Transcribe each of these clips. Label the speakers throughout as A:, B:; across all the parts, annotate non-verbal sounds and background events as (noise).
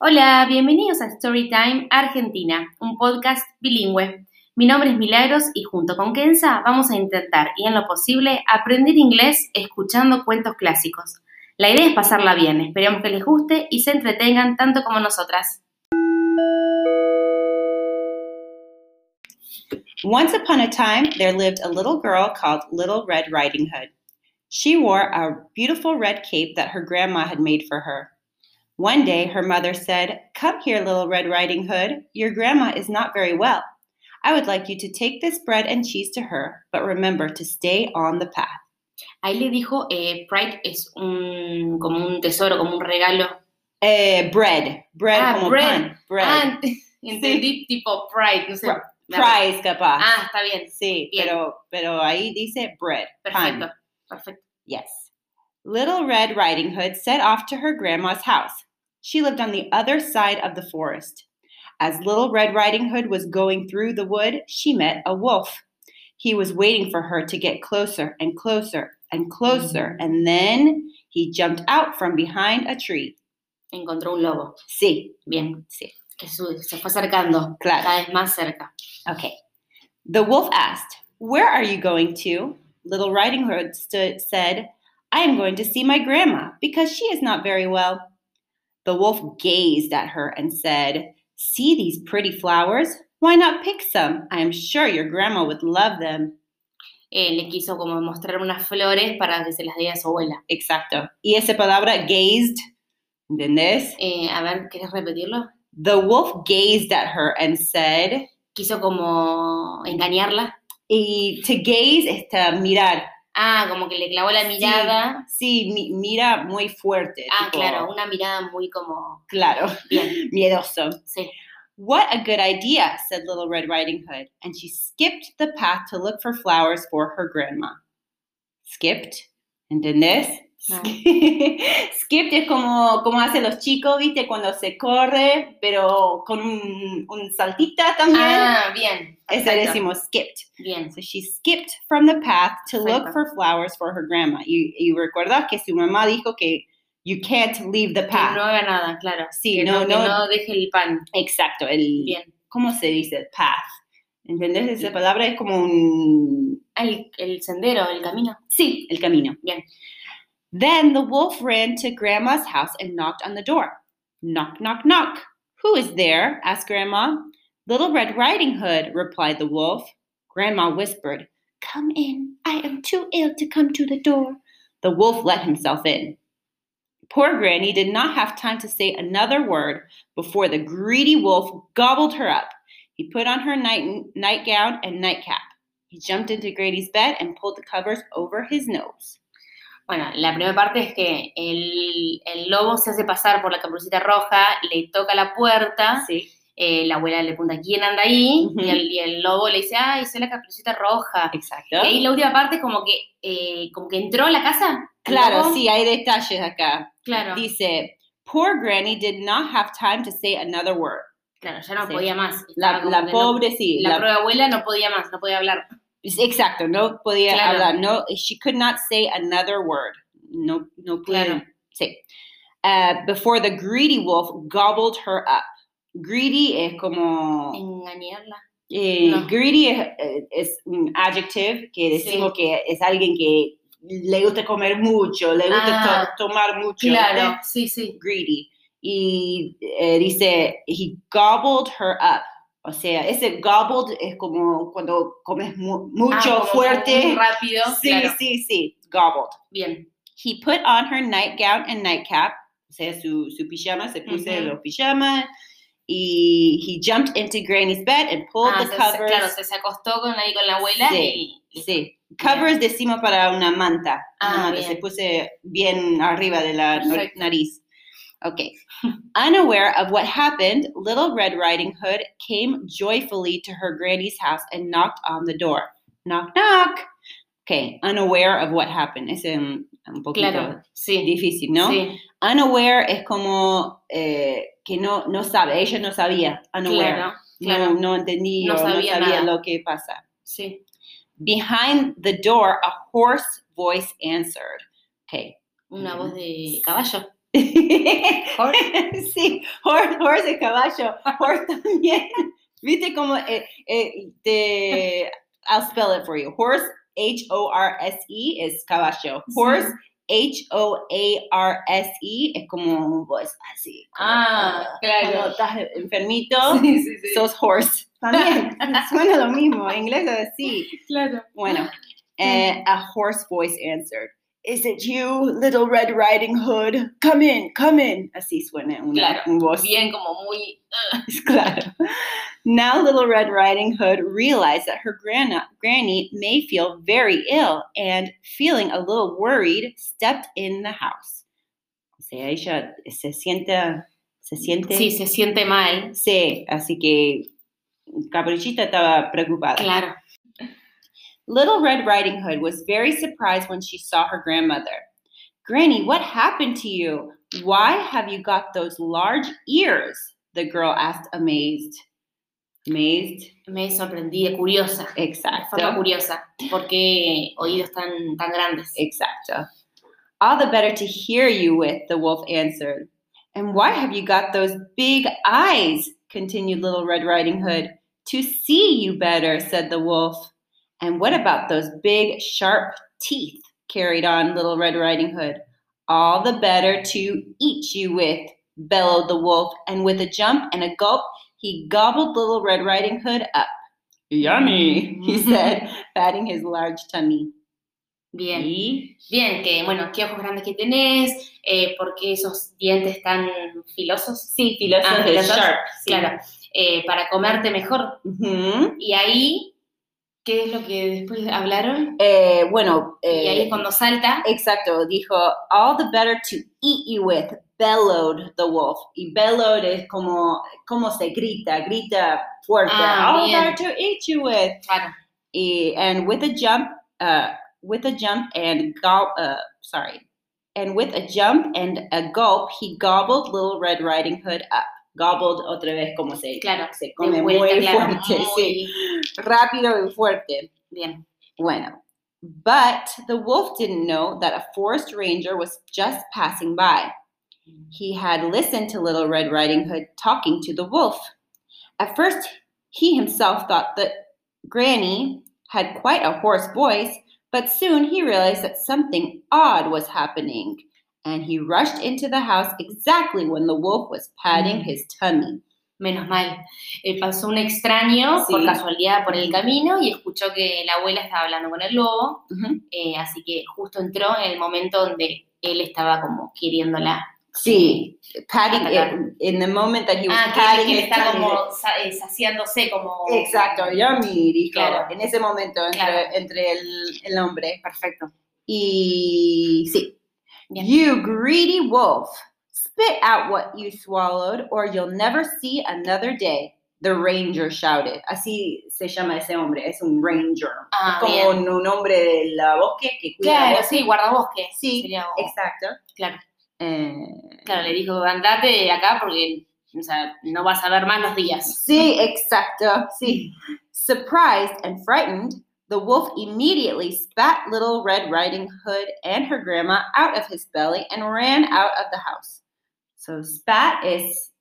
A: Hola, bienvenidos a Storytime Argentina, un podcast bilingüe. Mi nombre es Milagros y junto con Kenza vamos a intentar, y en lo posible, aprender inglés escuchando cuentos clásicos. La idea es pasarla bien, esperamos que les guste y se entretengan tanto como nosotras.
B: Once upon a time, there lived a little girl called Little Red Riding Hood. She wore a beautiful red cape that her grandma had made for her. One day, her mother said, Come here, Little Red Riding Hood. Your grandma is not very well. I would like you to take this bread and cheese to her, but remember to stay on the path.
A: Ahí le dijo, eh, Pride es un, como un tesoro, como un regalo.
B: Eh, bread. Bread
A: Ah,
B: como
A: bread.
B: pan. Bread.
A: Ah, entendí tipo Pride, no sé.
B: Pri- Prize, capaz.
A: Ah, está bien,
B: sí,
A: bien.
B: pero, pero ahí dice bread. Pan.
A: perfecto, perfecto.
B: Yes. Little Red Riding Hood set off to her grandma's house. She lived on the other side of the forest. As Little Red Riding Hood was going through the wood, she met a wolf. He was waiting for her to get closer and closer and closer, and then he jumped out from behind a tree.
A: encontró un lobo.
B: Sí,
A: Bien,
B: Sí.
A: que su- se fue acercando
B: claro.
A: cada vez más cerca.
B: Okay. The wolf asked, Where are you going to? Little Riding Hood stood, said, I am going to see my grandma because she is not very well. The wolf gazed at her and said, See these pretty flowers? Why not pick some? I am sure your grandma would love them.
A: Eh, le quiso como mostrar unas flores para que se las diera a su abuela.
B: Exacto. Y esa palabra gazed, ¿entendés?
A: Eh, a ver, ¿querés repetirlo?
B: The wolf gazed at her and said,
A: Quiso como engañarla.
B: y to gaze es to mirar.
A: Ah, como que le clavó la
B: Sí.
A: mirada.
B: Sí, mi- mira muy fuerte.
A: Ah,
B: tipo,
A: claro, una mirada muy como...
B: Claro.
A: Bien,
B: (laughs) Miedoso.
A: sí.
B: What a good idea, said Little Red Riding Hood, and she skipped the path to look for flowers for her grandma. Skipped, ¿entendés?
A: Ah.
B: (laughs) Skipped es como, como hacen los chicos, ¿viste? Cuando se corre, pero con un, un saltita también.
A: Ah, bien.
B: Ese
A: perfecto,
B: decimos skipped.
A: Bien.
B: So she skipped from the path to look
A: Perfecto.
B: for flowers for her grandma. Y, y recordás que su mamá dijo que you can't leave the
A: Que no
B: path.
A: haga nada, claro.
B: Ah. Sí,
A: que
B: no,
A: que
B: no.
A: no deje el pan.
B: Exacto, el,
A: Bien.
B: ¿cómo se dice? Path. ¿Entendés? Esa palabra es como un...
A: Ah, El, el sendero, el camino.
B: Sí, el camino.
A: Bien.
B: Then the wolf ran to Grandma's house and knocked on the door. Knock, knock, knock. Who is there? asked Grandma. Little Red Riding Hood, replied the wolf. Grandma whispered, Come in. I am too ill to come to the door. The wolf let himself in. Poor Granny did not have time to say another word before the greedy wolf gobbled her up. He put on her night- nightgown and nightcap. He jumped into Grady's bed and pulled the covers over his nose.
A: Bueno, la primera parte es que el, el lobo se hace pasar por la caperucita roja, le toca la puerta,
B: Sí,
A: eh, la abuela le pregunta quién anda ahí,
B: Ujú.
A: y, el, y el lobo le dice, ay, soy la caperucita roja.
B: exacto.
A: Y ahí la última parte es como que, eh, como que entró a la casa. el
B: Claro,
A: lobo.
B: sí, hay detalles acá.
A: Claro,
B: Dice, poor granny did not have time to say another word.
A: claro, ya no
B: sí.
A: podía más.
B: La,
A: Estaba como
B: la
A: que no-
B: pobre, sí.
A: la
B: la-
A: pobre abuela no podía más, no podía hablar.
B: exacto, no podía
A: Claro.
B: hablar. No, she could not say another word. No, no pude.
A: Claro.
B: Sí. Uh, before the greedy wolf gobbled her up. Greedy es como...
A: Engañarla.
B: Eh,
A: No.
B: Greedy es, eh, es un adjective que
A: Sí.
B: decimos que es alguien que le gusta comer mucho, le gusta
A: Ah.
B: to- tomar mucho.
A: Claro,
B: ¿viste?
A: sí, sí.
B: Greedy. Y eh, dice, he gobbled her up. O sea, ese gobbled es como cuando comes mu-
A: Ah,
B: mucho,
A: como muy
B: fuerte.
A: rápido.
B: Sí,
A: claro,
B: sí, sí, gobbled.
A: Bien.
B: He put on her nightgown and nightcap. O sea, su, su pijama, se puso
A: Ujú.
B: los pijamas. Y he jumped into Granny's bed and pulled
A: Ah,
B: the
A: se- se-
B: covers.
A: claro, se, se acostó con, ahí con la abuela
B: Sí,
A: y- y
B: Sí. Covers decimos para una manta. Una
A: Ah,
B: manta.
A: bien.
B: Se puse bien arriba de la nor-
A: Perfecto.
B: nariz.
A: (laughs)
B: Okay. Unaware of what happened, Little Red Riding Hood came joyfully to her granny's house and knocked on the door. Knock, knock. Okay. Unaware of what happened. Es un, un poquito
A: Claro, sí.
B: difícil, ¿no?
A: Sí,
B: Unaware es como eh, que no, no sabe. Ella no sabía. Unaware.
A: claro,
B: No-
A: claro.
B: No, entendí
A: No
B: o
A: sabía
B: no sabía
A: nada.
B: lo que pasa.
A: sí.
B: Behind the door, a hoarse voice answered. Okay.
A: Una voz de caballo.
B: (laughs) sí, horse, horse y
A: (laughs)
B: caballo. Horse también. Viste cómo eh, eh, te. I'll spell it for you. Horse, H O R S E, es caballo. Horse, H O A R S E, es como vos, así. como-
A: Ah, claro.
B: Cuando estás enfermito,
A: Sí, sí, sí. (laughs)
B: sos horse. (laughs) También suena lo mismo. En inglés es así.
A: Claro.
B: Bueno,
A: mm.
B: eh, a hoarse voice answered. Is it you, little Red Riding Hood? Come in, come in. Así suena una
A: Claro,
B: un voz.
A: Bien, como muy.
B: (laughs) Claro. Now little Red Riding Hood realized that her grana, granny may feel very ill and, feeling a little worried, stepped in the house. O sea, ella se siente, se siente,
A: Sí, se siente mal.
B: sí, así que Caprichita estaba preocupada.
A: Claro.
B: Little Red Riding Hood was very surprised when she saw her grandmother. Granny, what happened to you? Why have you got those large ears? The girl asked, amazed. Amazed?
A: Me sorprendí, curiosa. De forma
B: Exacto.
A: curiosa. ¿Por qué oídos tan, tan grandes?
B: Eh, Exacto. All the better to hear you with, the wolf answered. And why have you got those big eyes? continued Little Red Riding Hood. To see you better, said the wolf. And what about those big, sharp teeth? carried on Little Red Riding Hood. All the better to eat you with, bellowed the wolf, and with a jump and a gulp, he gobbled Little Red Riding Hood up. Yummy, he said, patting his large tummy.
A: Bien.
B: Y-
A: Bien, que bueno, qué ojos grandes que tenés, eh, por qué esos dientes tan filosos.
B: Sí, filosos
A: Ah,
B: de
A: filosos,
B: Sharp. sí.
A: Claro. eh, para comerte mejor.
B: Ujú.
A: Y ahí, ¿qué es lo que después hablaron?
B: Eh, bueno,
A: Y ahí
B: eh,
A: es cuando salta.
B: exacto, dijo, all the better to eat you with, bellowed the wolf. Y bellowed es como, como se grita, grita fuerte.
A: Ah,
B: all
A: bien.
B: the better to eat you with.
A: Claro.
B: Y- and with a jump, uh, with a jump and gulp, uh, sorry. And with a jump and a gulp, he gobbled Little Red Riding Hood up. Gobbled otra vez como se,
A: Claro,
B: se
A: de
B: come
A: vuelta,
B: muy
A: claro,
B: fuerte,
A: muy-
B: sí. rápido y fuerte.
A: Bien.
B: Bueno. But the wolf didn't know that a forest ranger was just passing by. He had listened to Little Red Riding Hood talking to the wolf. At first, he himself thought that Granny had quite a hoarse voice, but soon he realized that something odd was happening, and he rushed into the house exactly when the wolf was patting
A: Mm.
B: his tummy.
A: Menos mal. Eh, pasó un extraño
B: Sí.
A: por casualidad por el camino y escuchó que la abuela estaba hablando con el lobo,
B: Ujú.
A: eh, así que justo entró en el momento donde él estaba como queriéndola.
B: Ah, Sí, eh, patting
A: Atacar.
B: in the moment that he was
A: Ah, que,
B: patting
A: que él
B: his
A: está
B: tummy,
A: como sa- eh, saciándose, como...
B: Exacto, yummy, dijo
A: Claro.
B: en ese momento entre,
A: Claro.
B: entre el, el hombre.
A: Perfecto.
B: Y sí.
A: Bien.
B: You greedy wolf, spit out what you swallowed or you'll never see another day. The ranger shouted. Así se llama ese hombre, es un ranger.
A: Ah,
B: Como
A: bien.
B: un, un hombre de la bosque que cuida la
A: Claro,
B: bosque.
A: sí, guardabosque.
B: Sí,
A: sería como-
B: Exacto.
A: Claro.
B: Eh,
A: Claro, le dijo, andate de acá porque o sea, no vas a ver más los días.
B: Sí, exacto. Sí. Surprised and frightened, the wolf immediately spat Little Red Riding Hood and her grandma out of his belly and ran out of the house. So spat is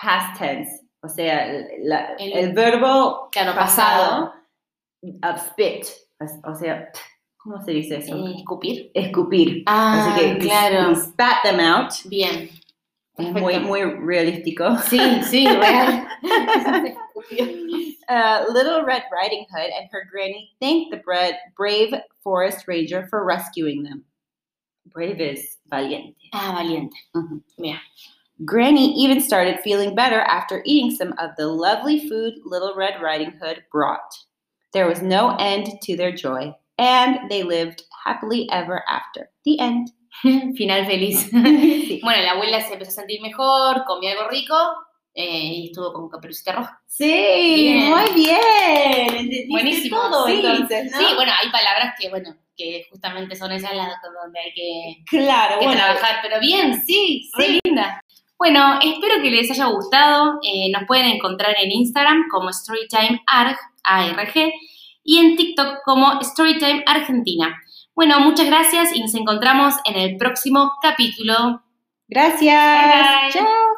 B: past tense. O sea, la-
A: El-
B: el verbo
A: Claro, pasado.
B: pasado of spit. O sea, ¿cómo se dice eso?
A: Eh, escupir.
B: Escupir.
A: Ah,
B: Así que he- he
A: claro.
B: spat them out.
A: Bien.
B: Es muy,
A: Perfecto.
B: muy realístico.
A: (laughs) Sí, sí,
B: (laughs)
A: real.
B: Uh, Little Red Riding Hood and her granny thanked the bra- brave forest ranger for rescuing them. Brave is valiente.
A: Ah, valiente. (laughs) Bien.
B: Granny even started feeling better after eating some of the lovely food Little Red Riding Hood brought. There was no end to their joy, and they lived happily ever after. The
A: (laughs)
B: end.
A: Final feliz. (laughs)
B: sí.
A: Bueno, la abuela se empezó a sentir mejor, comió algo rico eh, y estuvo con caperucita roja. Bien.
B: muy bien. Entendiste
A: Buenísimo.
B: todo,
A: sí.
B: entonces, ¿no?
A: Sí, bueno, hay palabras que, bueno, que justamente son esas las con donde hay que,
B: claro,
A: que
B: Ah, bueno.
A: trabajar, pero bien,
B: Sí,
A: Re linda. Bueno, espero que les haya gustado. Eh, nos pueden encontrar en Instagram como StorytimeArg, ARG, y en TikTok como Storytime Argentina. Bueno, muchas gracias y nos encontramos en el próximo capítulo.
B: Gracias.
A: Bye bye.
B: Ciao.